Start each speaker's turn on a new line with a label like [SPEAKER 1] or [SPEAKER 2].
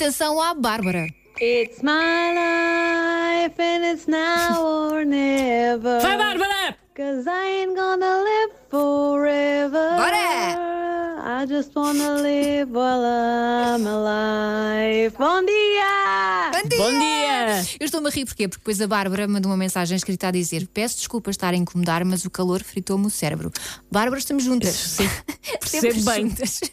[SPEAKER 1] Atenção à Bárbara.
[SPEAKER 2] It's my life and it's now or never.
[SPEAKER 3] Vai, Bárbara!
[SPEAKER 2] Cause I ain't gonna live forever.
[SPEAKER 1] Bora!
[SPEAKER 2] I just wanna live while I'm alive. Bom dia!
[SPEAKER 3] Bom dia!
[SPEAKER 1] Eu estou-me a rir porquê? Porque depois a Bárbara mandou uma mensagem escrita a dizer: Peço desculpa estar a incomodar, mas o calor fritou-me o cérebro. Bárbara, estamos juntas.
[SPEAKER 3] Sim,
[SPEAKER 1] Sempre
[SPEAKER 3] percebo bem.
[SPEAKER 1] juntas.